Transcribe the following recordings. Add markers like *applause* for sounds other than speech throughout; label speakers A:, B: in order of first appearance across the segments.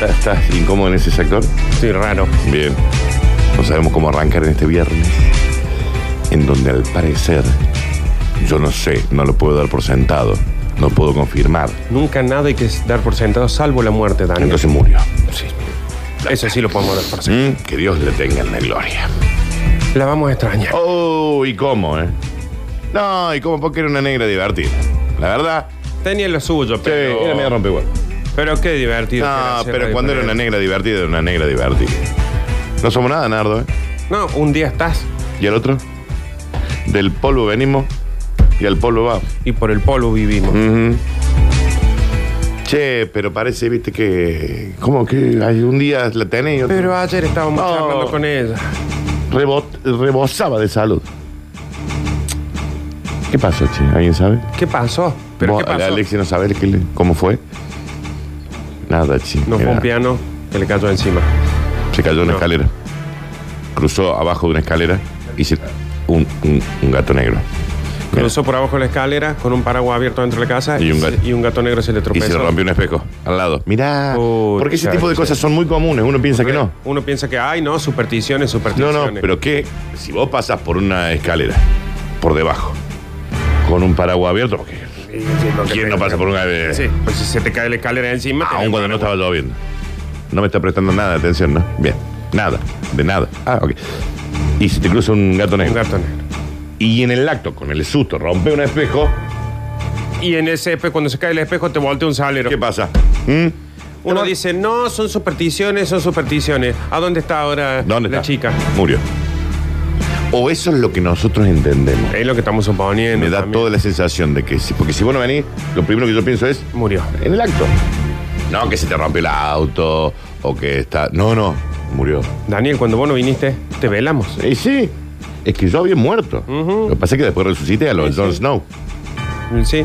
A: ¿Estás incómodo en ese sector?
B: Sí, raro.
A: Bien. No sabemos cómo arrancar en este viernes, en donde al parecer, yo no sé, no lo puedo dar por sentado, no puedo confirmar.
B: Nunca nada hay que dar por sentado, salvo la muerte, Daniel.
A: Entonces murió. Sí.
B: Eso sí lo podemos dar por sentado.
A: Mm, Que Dios le tenga en la gloria.
B: La vamos a extrañar.
A: Oh, ¿y cómo, eh? No, ¿y cómo? Porque era una negra divertida. La verdad,
B: Tenía lo suyo,
A: sí,
B: pero.
A: era medio rompehuevo.
B: pero qué divertido. que era
A: No,
B: hacer
A: pero
B: radio
A: cuando
B: con
A: era una
B: él.
A: negra divertida, era una negra divertida. No somos nada, Nardo, ¿eh?
B: No, un día estás
A: ¿Y el otro? Del polvo venimos y al polvo vamos.
B: y por el polvo vivimos.
A: Ujú. Che, pero parece, viste, que. ¿Cómo que hay un día la tenés y otro?
B: Pero ayer estábamos
A: Oh.
B: charlando con ella.
A: Rebot- rebosaba de salud. ¿Qué pasó, che? ¿Alguien sabe?
B: ¿Qué pasó? ¿Pero
A: Vos,
B: qué pasó?
A: Alexis no sabe qué le- cómo fue. Nada, che.
B: Nos fue
A: Era-
B: un piano que le cayó encima.
A: Se cayó una
B: No.
A: escalera. Cruzó abajo de una escalera y se. Un, un- un gato negro. Mira,
B: Cruzó por abajo de la escalera con un paraguas abierto dentro de la casa
A: Y un
B: se-
A: gato.
B: y un gato negro se le
A: y
B: tropezó.
A: se le rompió un espejo al lado. Mirá.
B: Oh,
A: porque ese
B: chacho.
A: tipo de cosas son muy comunes. Uno piensa que no.
B: Uno piensa que, ay, no, supersticiones,
A: No,
B: supersticiones.
A: no, pero que si vos pasas por una escalera, por debajo, con un paraguas abierto, porque ¿quién no pasa por una escalera?
B: Sí, pues si se te cae la escalera encima. te-
A: Aún cuando Ah, no estaba lloviendo. No me está prestando nada de atención, ¿no? Bien, nada, de nada. Ah, ok. Y si te cruza un gato
B: Un
A: negro.
B: gato negro.
A: Y en el acto, con el susto, rompe un espejo,
B: Y en ese espejo, cuando se cae el espejo, te voltea un salero.
A: ¿qué pasa? ¿Mm?
B: Uno dice, no, son supersticiones, son supersticiones. ¿A dónde está ahora
A: ¿Dónde
B: la
A: está?
B: chica?
A: Murió. O eso es lo que nosotros entendemos.
B: Es lo que estamos suponiendo.
A: Me da
B: también.
A: toda la sensación de que sí. Porque si vos no venís, lo primero que yo pienso es,
B: Murió.
A: En el acto. No que se te rompió el auto o que está. No, no, murió.
B: Daniel, cuando vos no viniste, te velamos.
A: Y sí, es que yo había muerto.
B: Ujú.
A: Lo que pasa es que después resucité a los Jon Snow.
B: Sí.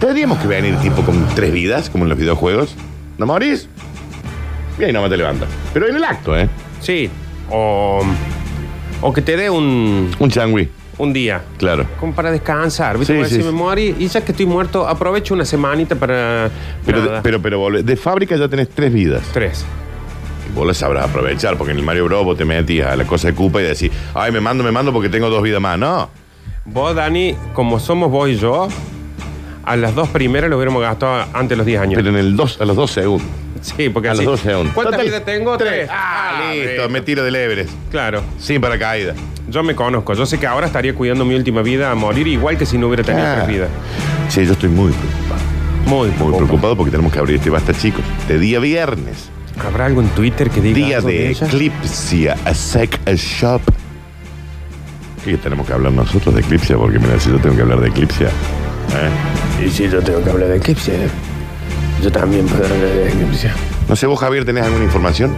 A: Tendríamos que venir tipo con tres vidas, como en los videojuegos. ¿No morís? Y ahí no te levantas. Pero en el acto, ¿eh?
B: Sí. O, o que te dé un,
A: Un changui,
B: un día.
A: claro.
B: Como para descansar, ¿viste?
A: Sí,
B: Como
A: sí,
B: decir,
A: sí.
B: me morí y ya que estoy muerto, aprovecho una semanita para.
A: Pero,
B: nada.
A: de, pero, pero volve- de fábrica ya tenés tres vidas.
B: Tres.
A: Y vos las sabrás aprovechar, porque en el Mario Bros vos te metías a la cosa de Cupa y decís, ay, me mando, me mando porque tengo dos vidas más. No.
B: Vos, Dani, como somos vos y yo, a las dos primeras lo hubiéramos gastado antes de los 10 años.
A: Pero en el dos, a los dos segundos.
B: sí, porque
A: A
B: así.
A: los 12 aún.
B: ¿Cuántas
A: Total,
B: vidas tengo? Tres.
A: Ah, listo, me tiro del Everest.
B: Claro,
A: Sin paracaídas.
B: yo me conozco. Yo sé que ahora estaría cuidando mi última vida a morir igual que si no hubiera tenido
A: Ah.
B: tres vidas.
A: Sí, yo estoy muy preocupado.
B: Muy,
A: Muy
B: poco.
A: preocupado porque tenemos que abrir este basta, chicos. De día viernes.
B: ¿Habrá algo en Twitter que diga
A: Día
B: algo
A: de
B: ella?
A: Eclipsia, a sec a shop. ¿Qué tenemos que hablar nosotros de Eclipsia? Porque mira, si yo tengo que hablar de Eclipsia. ¿eh?
B: Y sí, yo tengo que hablar de eclipse. Yo también puedo hablar de eclipse.
A: No sé, vos, Javier, ¿tenés alguna información?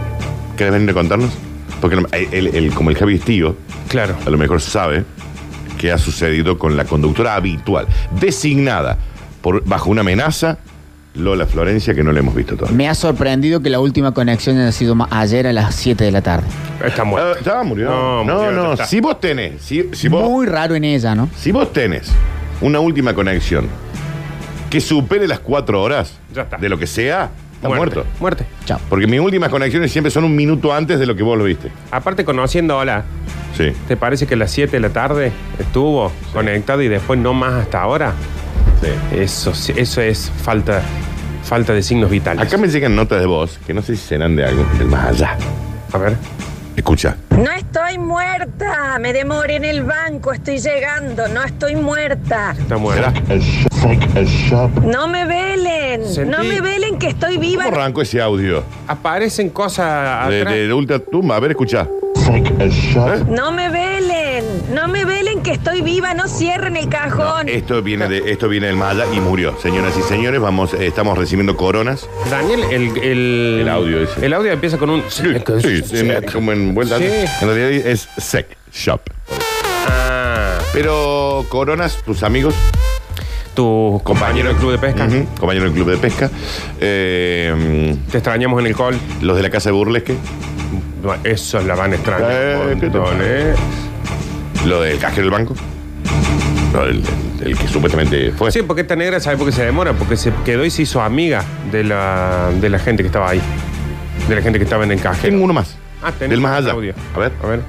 A: ¿Querés venir a contarnos? Porque no- el- el- el- como el Javi es tío,
B: Claro.
A: a lo mejor sabe qué ha sucedido con la conductora habitual, designada por, bajo una amenaza, Lola Florencia, que no la hemos visto todavía.
C: Me ha sorprendido que la última conexión haya sido ma- ayer a las 7 de la tarde.
B: Está muerto.
A: Ah, estaba murió. No,
B: No,
A: no,
B: murió, ya está.
A: si vos tenés, si, si vos,
C: Muy raro en ella, ¿no?
A: si vos tenés una última conexión que supere las cuatro horas
B: Ya está.
A: de lo que sea, está
B: Muerte,
A: muerto.
B: Muerte.
C: Chao.
A: Porque mis últimas conexiones siempre son un minuto antes de lo que vos lo viste.
B: Aparte, conociendo a la.
A: Sí.
B: ¿Te parece que a las 7 de la tarde estuvo conectado y después no más hasta ahora?
A: sí.
B: Eso, sí- eso es falta, falta de signos vitales.
A: Acá me llegan notas de voz que no sé si serán de algo del más allá.
B: A ver.
A: Escucha.
D: No estoy muerta, me demoré en el banco, estoy llegando, no estoy muerta.
B: Está muerta.
D: No me velen,
B: Sentí-
D: no me velen que estoy viva.
A: ¿Cómo arranco ese audio?
B: Aparecen cosas
A: De,
B: atrás.
A: de, de ultra tumba. A ver, escucha.
D: No me velen, no me velen que estoy viva, no cierren el cajón.
A: Esto viene de esto viene del Maya y murió. Señoras y señores, vamos, eh, estamos recibiendo coronas.
B: Daniel, el, el,
A: El audio ese.
B: El audio empieza con un.
A: Sí, en- como en vuelta.
B: Sí.
A: En realidad es Sec Shop.
B: Ah,
A: Pero coronas, tus amigos,
B: tu compañero del club de pesca.
A: ujú, compañeros del club de pesca, eh,
B: Te extrañamos en el col.
A: los de la casa de burlesque,
B: No, Eso la van a extrañar.
A: Eh,
B: un
A: ¿qué te
B: montón,
A: pasa?
B: eh.
A: los del cajero del banco, No, el, el- el que supuestamente fue.
B: Sí, porque esta negra sabe por qué se demora, porque se quedó y se hizo amiga de la, de la gente que estaba ahí. De la gente que estaba en el cajero.
A: Tengo uno más.
B: Ah, tenés
A: Del más allá.
B: audio.
A: A ver.
B: A ver.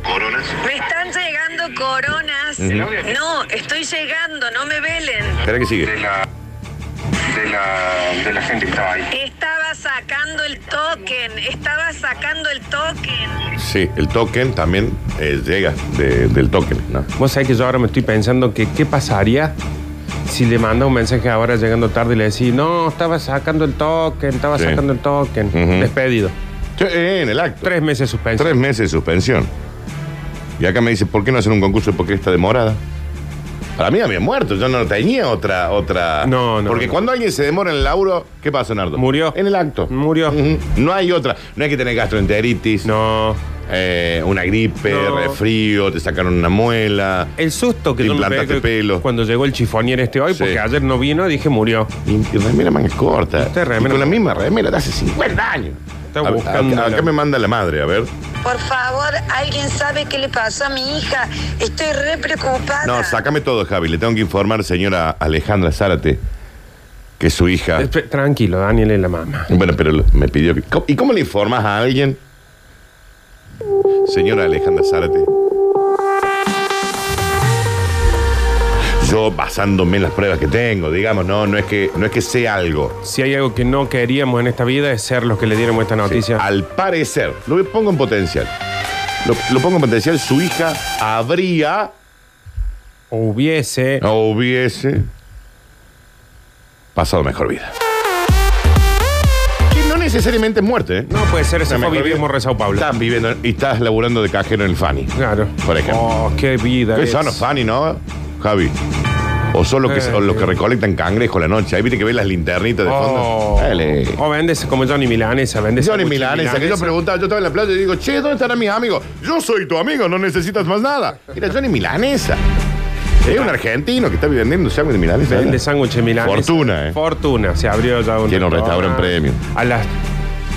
D: Me están llegando coronas. No, estoy llegando, no me velen.
A: Espera que sigue.
E: de la, de la, de la gente que estaba ahí.
D: Estaba sacando el token, estaba sacando el token.
A: Sí, el token también eh, llega de- del token, ¿no?
B: Vos sabés que yo ahora me estoy pensando que qué pasaría si le manda un mensaje ahora llegando tarde y le decís, no, estaba sacando el token, estaba
A: Sí.
B: sacando el token.
A: Ujú.
B: Despedido.
A: Yo, eh, en el acto.
B: Tres meses suspenso.
A: Tres meses de suspensión. Y acá me dice, ¿por qué no hacer un concurso de está demorada? Para mí había muerto, yo no tenía otra, otra.
B: No, no,
A: Porque
B: no.
A: cuando alguien se demora en el laburo, ¿qué pasa, Nardo?
B: Murió.
A: En el acto.
B: Murió.
A: Ujú. No hay otra. No hay que tener gastroenteritis,
B: No.
A: eh, una gripe,
B: No.
A: refrío, te sacaron una muela.
B: El susto que
A: Te
B: yo me
A: implantaste
B: pegué
A: pelo.
B: cuando llegó el chifonier este hoy,
A: Sí.
B: porque ayer no vino, dije murió.
A: Y, y remera manga corta.
B: Usted
A: Y
B: remera-
A: con la misma remera de hace 50 años.
B: Está
A: A- a-
B: buscando
A: acá
B: la-
A: me manda la madre, a ver.
D: Por favor, alguien sabe qué le pasó a mi hija. Estoy re preocupada.
A: No, sácame todo, Javi. Le tengo que informar, señora Alejandra Zárate, que su hija.
B: Espe- Tranquilo, Daniel es la mamá.
A: Bueno, pero lo- me pidió que. ¿Cómo- ¿Y cómo le informas a alguien? Señora Alejandra Zárate. Yo basándome en las pruebas que tengo, digamos, no, no es que, no es que sea algo.
B: Si hay algo que no queríamos en esta vida es ser los que le dieron esta noticia.
A: Al parecer, lo pongo en potencial. Lo, lo pongo en potencial, su hija habría
B: O hubiese.
A: o hubiese pasado mejor vida. Que no necesariamente es muerte, ¿eh?
B: No puede ser, ese
A: Una
B: fue
A: mejor
B: vivimos
A: vida.
B: re Sao Paulo.
A: Estás viviendo y estás laburando de cajero en el Fanny.
B: Claro.
A: Por ejemplo.
B: Oh, qué vida.
A: ¿Qué
B: es.
A: son los Fanny, no, Javi? O son los que,
B: Eh.
A: o los que recolectan cangrejos la noche. Ahí viste que ves las linternitas de fondo.
B: Oh.
A: Dale.
B: O vendes como Johnny Milanesa, vendes.
A: Johnny
B: sándwiches
A: Milanesa, que yo preguntaba, yo estaba en la playa y digo, che, ¿dónde estarán mis amigos? Yo soy tu amigo, no necesitas más nada. Mira, Johnny Milanesa. Es un argentino que está vendiendo sándwich de Milanesa.
B: Vende sándwiches milanes.
A: Fortuna, ¿eh?
B: Fortuna. Se abrió ya un.
A: Tiene un restaurante premium.
B: A las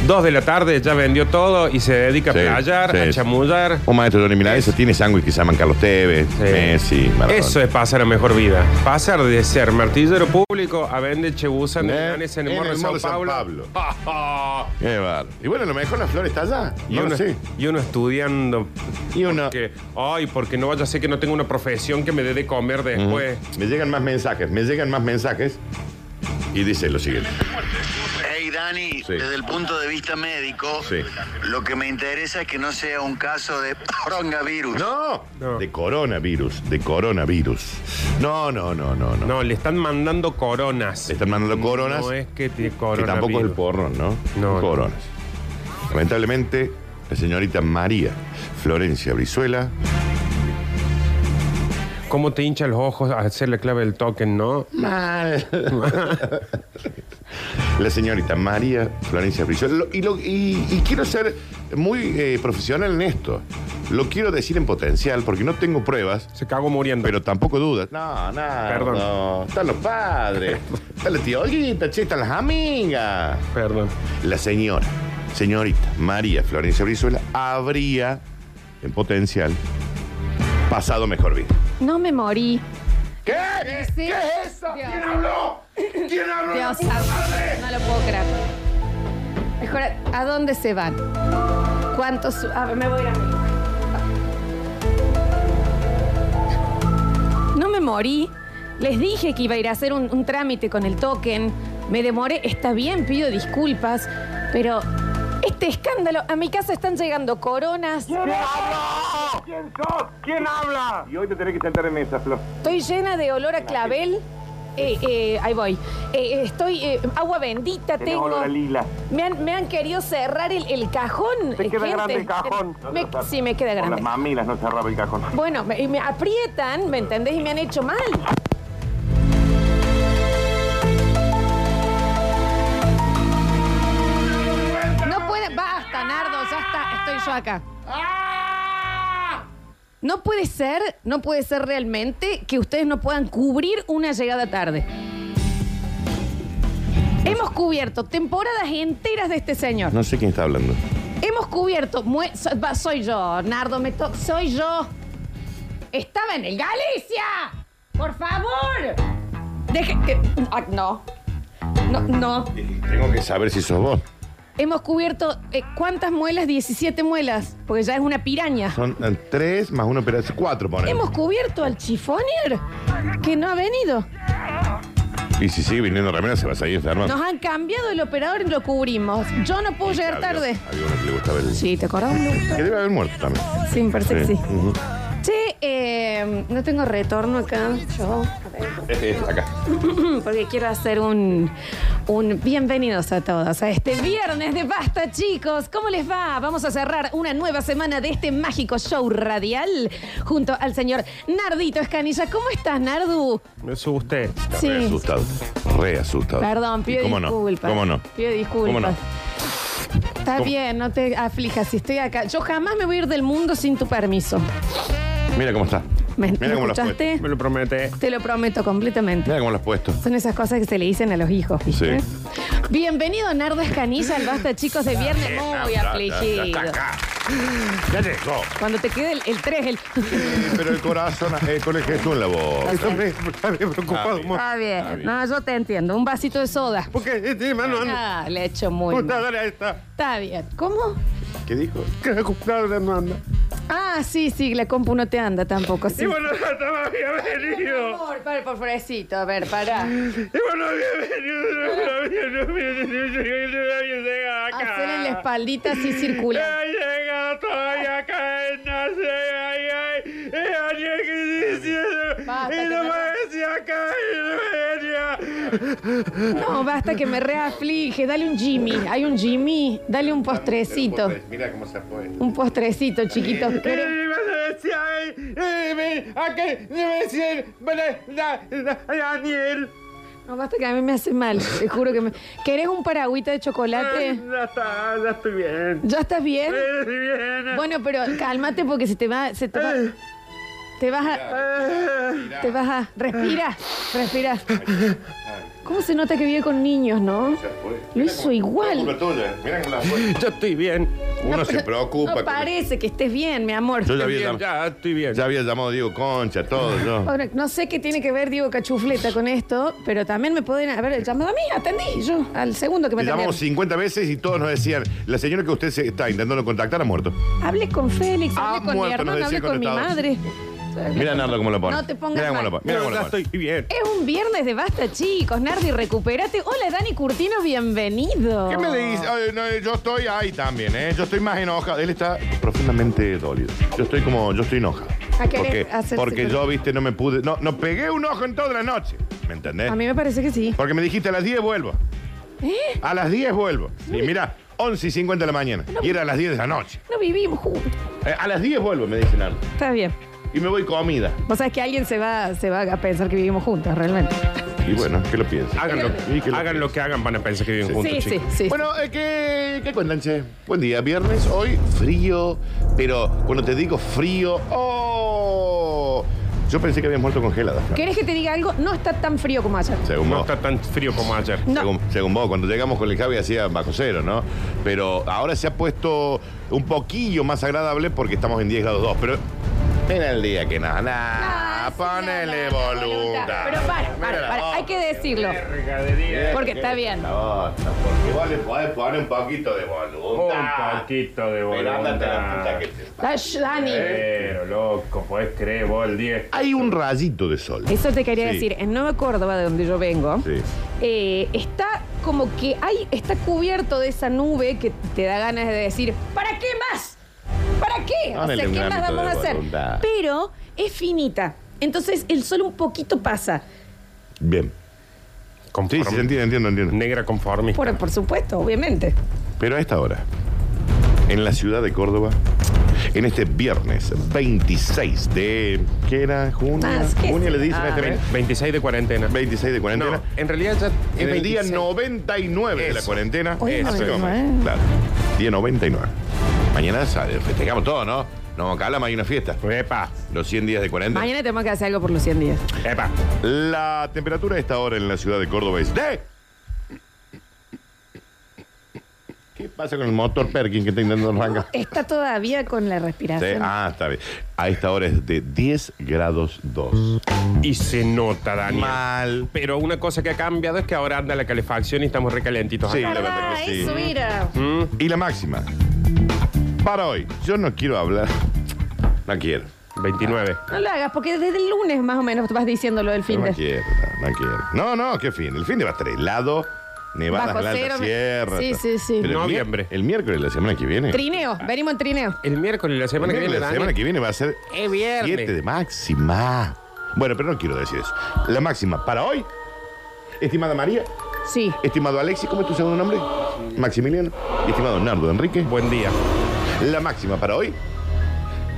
B: 2 de la tarde ya vendió todo y se dedica
A: Sí,
B: a playar,
A: sí,
B: a
A: sí.
B: chamullar.
A: Un maestro Johnny Milanesa tiene sándwich que se llaman Carlos Tevez,
B: Sí.
A: Messi, Maradona. ¿Eh?
B: Eso es pasar a mejor vida. Pasar de ser martillero público a vender chebusa
A: Eh,
B: milanesa en el Morro de Sao Paulo. *laughs*
A: Qué bárbaro. Y bueno, a lo mejor la flor está allá.
B: Y,
A: No lo
B: uno,
A: sé.
B: y uno estudiando.
A: Y uno-
B: Porque, ay, porque no vaya a ser que no tenga una profesión que me dé de comer después.
A: Me llegan más mensajes, me llegan más mensajes. Y dice lo siguiente.
F: Hey Dani, desde el punto de vista médico,
A: Sí.
F: lo que me interesa es que no sea un caso de *laughs* coronavirus.
A: No,
B: No.
A: de coronavirus, de coronavirus. No, no, no, no, no.
B: No, le están mandando coronas.
A: Le están mandando coronas,
B: No es que te
A: que
B: coronavirus.
A: tampoco es el porno, ¿no?
B: No, no.
A: Coronas. Lamentablemente, la señorita María Florencia Brizuela
B: ¿Cómo te hincha los ojos a hacer la clave del token, no?
A: Mal. La señorita María Florencia Brizuela. Lo- Y, lo- y- y quiero ser muy eh, profesional en esto. Lo quiero decir en potencial porque no tengo pruebas,
B: Se cagó muriendo.
A: pero tampoco dudas. No, no.
B: Perdón.
A: no. Están los padres. Está la tía Olguita, che, están las amigas.
B: Perdón.
A: La señora, señorita María Florencia Brizuela habría, en potencial, pasado mejor vida.
G: No me morí.
A: ¿Qué?
G: Sí.
A: ¿Qué es eso?
G: Dios.
A: ¿Quién habló? ¿Quién habló?
G: Dios
A: ¡La puta
G: santo,
A: madre!
G: No lo puedo creer. Mejor, ¿a dónde se van? ¿Cuántos? su- A ver, me voy a ir a mi- No me morí. Les dije que iba a ir a hacer un, un trámite con el token. Me demoré. Está bien, pido disculpas. Pero este escándalo. A mi casa están llegando coronas.
H: Y hoy te tenés que sentar en mesa, Flor.
G: Estoy llena de olor a clavel. Eh, eh, ahí voy. Eh, eh, estoy. eh, agua bendita
H: Tenés
G: tengo.
H: olor a lila.
G: Me han, me han querido cerrar el, el cajón.
H: Te
G: eh,
H: queda
G: gente.
H: grande el cajón.
G: Me- sí, me queda
H: Con las
G: grande.
H: mamilas no cerraba el cajón.
G: Bueno, me, y me aprietan, ¿me entendés? Y me han hecho mal. No puede. Basta, Nardo, ya está. Estoy yo acá. No puede ser, no puede ser realmente que ustedes no puedan cubrir una llegada tarde. Hemos cubierto temporadas enteras de este señor.
A: No sé quién está hablando.
G: Hemos cubierto. mue- so- va, soy yo, Nardo, me to- soy yo. Estaba en el Galicia. ¡Por favor! Deje que. ah, no. No, no.
A: Tengo que saber si sos vos.
G: Hemos cubierto. eh, ¿Cuántas muelas? 17 muelas. Porque ya es una piraña.
A: Son eh, tres más uno, pero es cuatro, ponemos.
G: Hemos cubierto al chifonier que no ha venido.
A: Y si sigue viniendo remera, se va a seguir enfermando.
G: Nos han cambiado el operador y lo cubrimos. Yo no puedo llegar
A: Había-
G: tarde.
A: Había uno que le gustaba el.
G: Sí, ¿te acordás?
A: Que debe haber muerto también.
G: Sí, me parece que sí.
A: Ujú.
G: Che, eh, no tengo retorno acá. Yo.
A: *laughs* Este, este, acá.
G: Porque quiero hacer un, un bienvenidos a todos a este viernes de Basta, chicos. ¿Cómo les va? Vamos a cerrar una nueva semana de este mágico show radial junto al señor Nardito Escanilla. ¿Cómo estás, Nardu?
B: Me asusté.
A: Está
G: Sí.
A: Re asustado. Re asustado.
G: Perdón,
A: ¿Y
G: pido
A: ¿Cómo no?
G: disculpas.
A: ¿Cómo no?
G: Pido disculpas.
A: ¿Cómo no?
G: Está
A: ¿Cómo?
G: bien, no te aflijas si estoy acá. Yo jamás me voy a ir del mundo sin tu permiso.
A: Mira cómo está.
G: ¿Me,
A: Mira
G: ¿me
A: cómo lo has puesto.
G: escuchaste?
B: Me lo promete.
G: Te lo prometo completamente.
A: Mira cómo lo has puesto.
G: Son esas cosas que se le dicen a los hijos, ¿viste?
A: Sí.
G: Bienvenido Nardo Escanilla al Basta Chicos de Viernes muy
A: Ya, ya, ya, ya
G: afligido.
A: está acá. Ya llegó.
G: Cuando te quede el, el 3, el...
A: Eh, Pero el corazón, eh, con el gesto en la voz.
B: Yo me, me había
H: Ah,
B: preocupado. mo-
A: Está
G: Está bien.
A: bien.
G: No, yo te entiendo. Un vasito de soda.
B: Porque este hermano anda.
G: Ah, le he hecho muy mal.
B: Computadora esta.
G: Está bien. ¿Cómo?
A: ¿Qué dijo?
B: Que la computadora no anda.
G: Ah, sí, sí, la compu no te anda tampoco. Sí.
H: *laughs*
B: Y bueno, no había
G: Por
B: venido.
G: favor, para, por fresito, a ver, pará.
B: Y bueno, no había venido. No había, no había, no había llegado acá.
G: Hacerle la espaldita así circular.
B: He llegado todavía acá en la ay, ay, ay, ay, que diciendo,
G: Basta,
B: y
G: que
B: no
G: me-
B: me decía acá, y no me decía.
G: No, basta que me reaflige. Dale un Jimmy. Hay un Jimmy. Dale un postrecito.
A: Mira cómo se fue.
G: Un postrecito, chiquito.
B: Y me decía, ay, ay, me- acá, y me decía, bueno, da- da- Daniel.
G: No, basta que a mí me hace mal. Te juro que me. ¿Querés un paragüita de
B: Ay,
G: chocolate?
B: Ya está, ya estoy bien.
G: ¿Ya estás bien?
B: Ya estoy bien.
G: Bueno, pero cálmate porque se te va. Se te va. Te vas a. Te vas a. Respira. Respira. ¿Cómo se nota que vive con niños, no? Lo hizo igual.
A: Mira cómo la fue.
B: Ya estoy bien.
A: Uno
G: No,
A: se
G: pero-
A: preocupa.
G: No
A: con-
G: parece que estés bien, mi amor.
A: Yo ya había,
B: Bien,
A: llamado,
B: ya estoy bien.
A: ya había llamado a Diego Concha, todo, yo.
G: Ahora, no sé qué tiene que ver Diego Cachufleta con esto, pero también me pueden haber llamado a mí. Atendí yo al segundo que me
A: Le
G: atendieron.
A: llamamos 50 veces y todos nos decían, la señora que usted se está intentando contactar ha muerto.
G: Hablé con Félix,
A: Ah,
G: hablé con mi
A: muerto,
G: hermano,
A: nos decía
G: hablé con mi
A: contestador.
G: madre.
A: Mira Nardo cómo lo pone.
G: No te pongas
A: Mira cómo
G: mal.
A: lo pone. Mira
B: Pero
A: cómo
B: ya
A: lo pone.
B: estoy bien.
G: Es un viernes de basta, chicos. Nardi, recupérate. Hola, Dani Curtino, bienvenido.
A: ¿Qué me dice? Ay, no, eh, yo estoy ahí también, ¿eh? Yo estoy más enojado. Él está profundamente dolido. Yo estoy como, yo estoy enojado.
G: Ah,
A: ¿Por
G: ¿querés
A: qué?
G: hacerse
A: Porque
G: con-
A: yo, viste, no me pude. No, no pegué un ojo en toda la noche. ¿Me entendés?
G: A mí me parece que sí.
A: Porque me dijiste a las 10 vuelvo.
G: ¿Eh?
A: A las 10 vuelvo. Y mira, 11 y 50 de la mañana. Y era a las 10 de la noche.
G: No vivimos juntos.
A: Eh, a las 10 vuelvo, me dicen algo.
G: Está bien.
A: Y me voy comida.
G: Vos sabés que alguien se va, se va a pensar que vivimos juntos, realmente.
A: Y bueno, ¿qué lo piensas?
B: Hagan lo,
A: ¿Y qué lo
B: hagan lo que hagan, van a pensar que viven juntos,
G: sí, sí,
B: chicos.
G: sí.
A: Bueno, eh, ¿qué, ¿qué cuentan, che? Buen día, viernes, hoy frío, pero cuando te digo frío, ¡oh! Yo pensé que habías muerto congelada. Flor.
G: ¿Querés que te diga algo? No está tan frío como ayer.
A: Según
B: No
A: vos.
B: está tan frío como ayer.
G: No.
A: Según, según vos, cuando llegamos con el Javi hacía bajo cero, ¿no? Pero ahora se ha puesto un poquillo más agradable porque estamos en 10 grados 2, pero mira el día que nada,
G: Ah, sí,
A: ponele
G: no, no, no,
A: voluntad.
G: Pero para, para,
A: Mira
G: para.
A: vos.
G: Hay que decirlo. Porque está bien.
A: La bosta, Porque vos le podés poner un poquito de voluntad.
B: Un poquito de
A: Pero ándate a la puta
B: voluntad.
A: que te-
G: Dash, Dani.
B: Pero, loco, podés creer vos el 10.
A: Hay un rayito de sol.
G: Eso te quería
A: Sí.
G: decir. En Nueva Córdoba, de donde yo vengo,
A: Sí.
G: eh, está como que hay, está cubierto de esa nube que te da ganas de decir, ¿para qué más? ¿Para qué? O
A: Ponele
G: sea,
A: un
G: ¿qué más
A: gramito
G: vamos a
A: de
G: hacer?
A: voluntad.
G: Pero es finita. Entonces el sol un poquito pasa.
A: Bien. Sí, sí, entiendo, entiendo, entiendo.
B: Negra conformista.
G: Por, por supuesto, obviamente.
A: Pero a esta hora, en la ciudad de Córdoba, en este viernes 26 de. ¿Qué era? ¿Junio?
G: Ah, sí,
A: ¿Junio
G: sí.
A: le dicen a este
G: Ah.
A: mes?
B: 26 de cuarentena.
A: 26 de
B: No,
A: cuarentena.
B: en realidad ya. es
A: en el día
B: 26.
A: 99 de la
B: Eso.
A: cuarentena.
G: Hoy es
A: Eso.
G: 99.
A: Claro. Día 99. Mañana sale, festejamos todo, ¿no? No, calama, hay una fiesta.
B: Epa,
A: Los 100 días de cuarentena.
G: Mañana tenemos que hacer algo por los 100 días.
B: epa.
A: La temperatura a esta hora en la ciudad de Córdoba es de. ¿Qué ¿Qué pasa con el motor Perkin que está intentando arrancar?
G: Está todavía con la
A: Sí,
G: respiración.
A: Ah, está bien. A esta hora es de 10 grados 2.
B: Y se nota, Daniel.
A: Mal.
B: Pero una cosa que ha cambiado es que ahora anda la calefacción y estamos recalentitos.
A: Sí.
B: acá.
A: la verdad
G: Ah,
A: que sí.
G: eso era.
A: Y la máxima. Para hoy, yo no quiero hablar. No quiero.
B: 29.
A: Ah.
G: No lo hagas, porque desde el lunes más o menos vas diciendo lo del fin
A: No
G: de.
A: quiero, no, no quiero. No, no, qué fin. El fin de va a estar helado, nevadas
G: Bajo
A: en la alta
G: cero, me-
A: sierra.
G: Sí,
A: todo.
G: sí, sí.
A: Pero el mier-
B: Noviembre.
A: El miércoles de la semana que viene.
G: Trineo, venimos en trineo.
B: El miércoles, la semana que viene.
A: Miércoles de la semana
B: Daniel.
A: que viene va a ser
B: Es viernes.
A: 7 de máxima. Bueno, pero no quiero decir eso. La máxima para hoy, estimada María,
G: Sí.
A: estimado Alexis, ¿cómo es tu segundo nombre? Maximiliano, estimado Nardo Enrique.
B: Buen día.
A: La máxima para hoy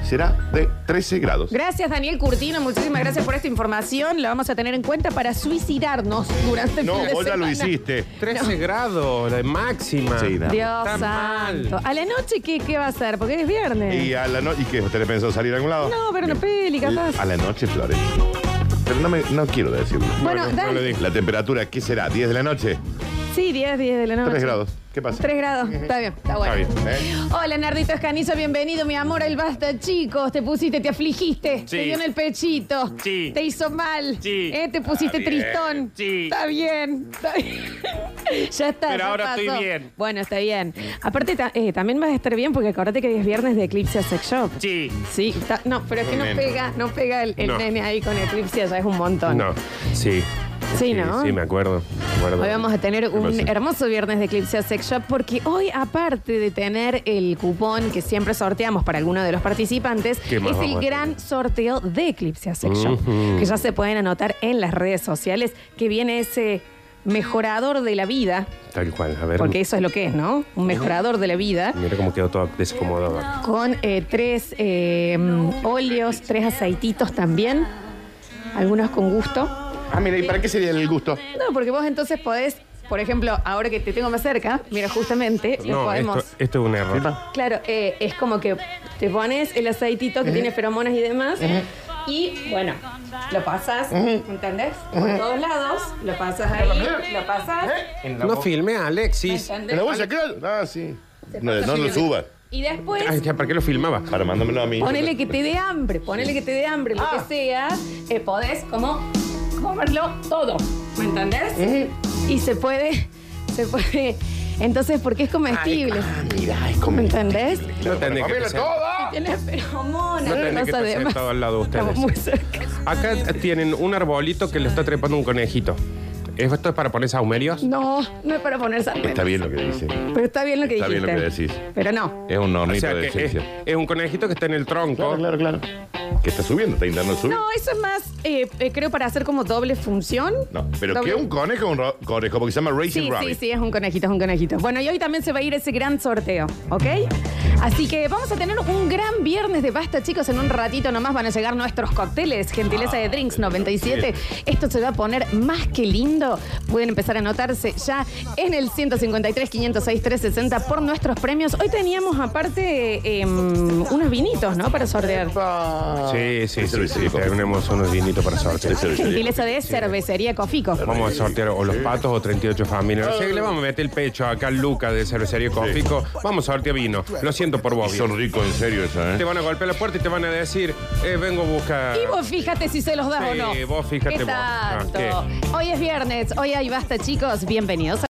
A: será de 13 grados.
G: Gracias, Daniel Curtino. Muchísimas gracias por esta información. La vamos a tener en cuenta para suicidarnos durante el
A: No,
G: fin de
A: vos ya lo
G: semana.
A: hiciste.
B: 13 grados, la máxima.
A: Sí, nada.
G: Dios
B: Está
G: santo.
B: mal.
G: A la noche, ¿qué, ¿qué va a hacer? Porque es viernes.
A: Y a la noche, ¿y qué? ¿Usted le pensó salir a algún lado?
G: No, pero una
A: Bien.
G: peli, capaz.
A: A la noche, Flores. Pero no, me, no quiero decirlo.
G: bueno,
B: no, no
G: Dan-
B: lo dije.
A: La temperatura, ¿qué será? ¿10 de la noche?
G: Sí, 10, 10 de la noche.
A: 3 grados. ¿Qué pasa?
G: 3 grados. Está bien, está bueno.
A: Está bien, ¿eh?
G: Hola, Nardito Escanizo, bienvenido, mi amor. El basta, chicos. Te pusiste, te afligiste. Te dio en el pechito.
B: Sí.
G: Te hizo mal.
B: Sí.
G: Eh, Te pusiste
A: Está bien.
G: tristón.
B: Sí.
G: Está bien, está bien. *laughs* ya está.
B: Pero
G: ya
B: ahora
G: pasó.
B: estoy bien.
G: Bueno, está bien. Aparte, ta- eh, también vas a estar bien porque acordate que hoy es viernes de Eclipse Sex Shop.
B: Sí.
G: Sí, está- no, pero es que no
A: Tremendo.
G: pega, no pega el, el
B: No.
G: nene ahí con Eclipse, ya es un montón.
B: No, sí.
G: Sí, ¿no?
B: Sí, me acuerdo. me acuerdo.
G: Hoy vamos a tener un
A: pasa?
G: hermoso viernes de Eclipse Sex Shop porque hoy, aparte de tener el cupón que siempre sorteamos para alguno de los participantes,
B: ¿Qué
G: es
B: más vamos
G: el
B: a tener?
G: gran sorteo de Eclipse Sex Shop, que ya se pueden anotar en las redes sociales, que viene ese mejorador de la vida,
B: Tal cual, a ver.
G: porque eso es lo que es, ¿no? Un mejorador de la vida.
B: Mira cómo quedó todo desacomodado.
G: Con eh, tres eh, óleos, tres aceititos también, algunos con gusto.
A: Ah, mira, ¿y para qué sería el gusto?
G: No, porque vos entonces podés, por ejemplo, ahora que te tengo más cerca, mira, justamente, lo
B: No,
G: podemos.
B: esto, esto es un error.
G: Claro, eh, es como que te pones el aceitito que tiene feromonas y demás, y bueno, lo pasas, ¿entendés? Por todos lados, lo pasas ahí, lo pasas.
B: No filme a Alexis.
G: ¿entendés?
A: ¿En la bolsa, claro? Ah, sí. No, no lo subas.
G: Y después.
B: Ay, ya, ¿para qué lo filmaba?
A: Para mandármelo a mí.
G: Ponele que te dé hambre, ponele que te dé hambre, lo que sea, eh, podés como comerlo todo, ¿me entendés? Y se puede, se puede. Entonces, porque es comestible.
A: ah, Mira, es
G: ¿Me
A: comentario.
G: entendés?
B: No tendría que
A: ¡Comelo
B: pasar.
A: todo!
G: Tiene feromonas,
B: No tenés que
G: cosa
B: estar
G: de más.
B: sentado al lado de
G: Estamos
B: ustedes.
G: muy cerca.
B: Acá tienen un arbolito que lo está trepando un conejito. ¿Esto es para poner saumerios?
G: No, no es para poner sartén.
A: Está bien lo que dice.
G: Pero está bien lo que
A: Está bien
G: dijiste.
A: lo que decís. ¿Mm?
G: Pero no.
A: Es un
B: O
A: hornito
B: sea,
A: de
B: que eh, es,
A: esencia.
B: es un conejito que está en el tronco.
A: Claro, claro, claro. Que está subiendo, está intentando subir.
G: No, eso es más, eh, eh, creo, para hacer como doble función.
A: No, pero
G: Doble-
A: que un conejo un ro- conejo, porque se llama Racing
G: Sí, sí,
A: Rabbit.
G: sí, es un conejito, es un conejito. Bueno, y hoy también se va a ir ese gran sorteo, ¿ok? Así que vamos a tener un gran viernes de pasta, chicos. En un ratito nomás van a llegar nuestros cócteles. Gentileza de Drinks 97. Esto se va a poner más que lindo. Pueden empezar a anotarse ya en el 153, 506, 360 por nuestros premios. Hoy teníamos aparte em, unos vinitos, ¿no? Para sortear.
B: Sí, sí,
A: Ese lo
B: sí.
A: hice
B: sí,
A: yo.
B: Tenemos unos vinitos para sortear.
A: Ese lo hice yo.
G: Gentileza de Cervecería Cofico.
B: Vamos a sortear o los patos o 38 familias.
A: Ah.
B: No sé, le vamos a meter el pecho acá al Luca de cervecería Cófico. Vamos a sortear vino. Lo siento por vos.
A: Y
B: viejo.
A: son ricos en serio eso,
B: Te
A: ¿eh?
B: van a golpear la puerta y te van a decir, eh, vengo a buscar.
G: Y vos fíjate si se los das
B: Sí,
G: o no.
B: vos fíjate
G: ¿Qué
B: vos. Ah,
G: tanto?
B: ¿qué?
G: Hoy es viernes, hoy hay basta, chicos. Bienvenidos. a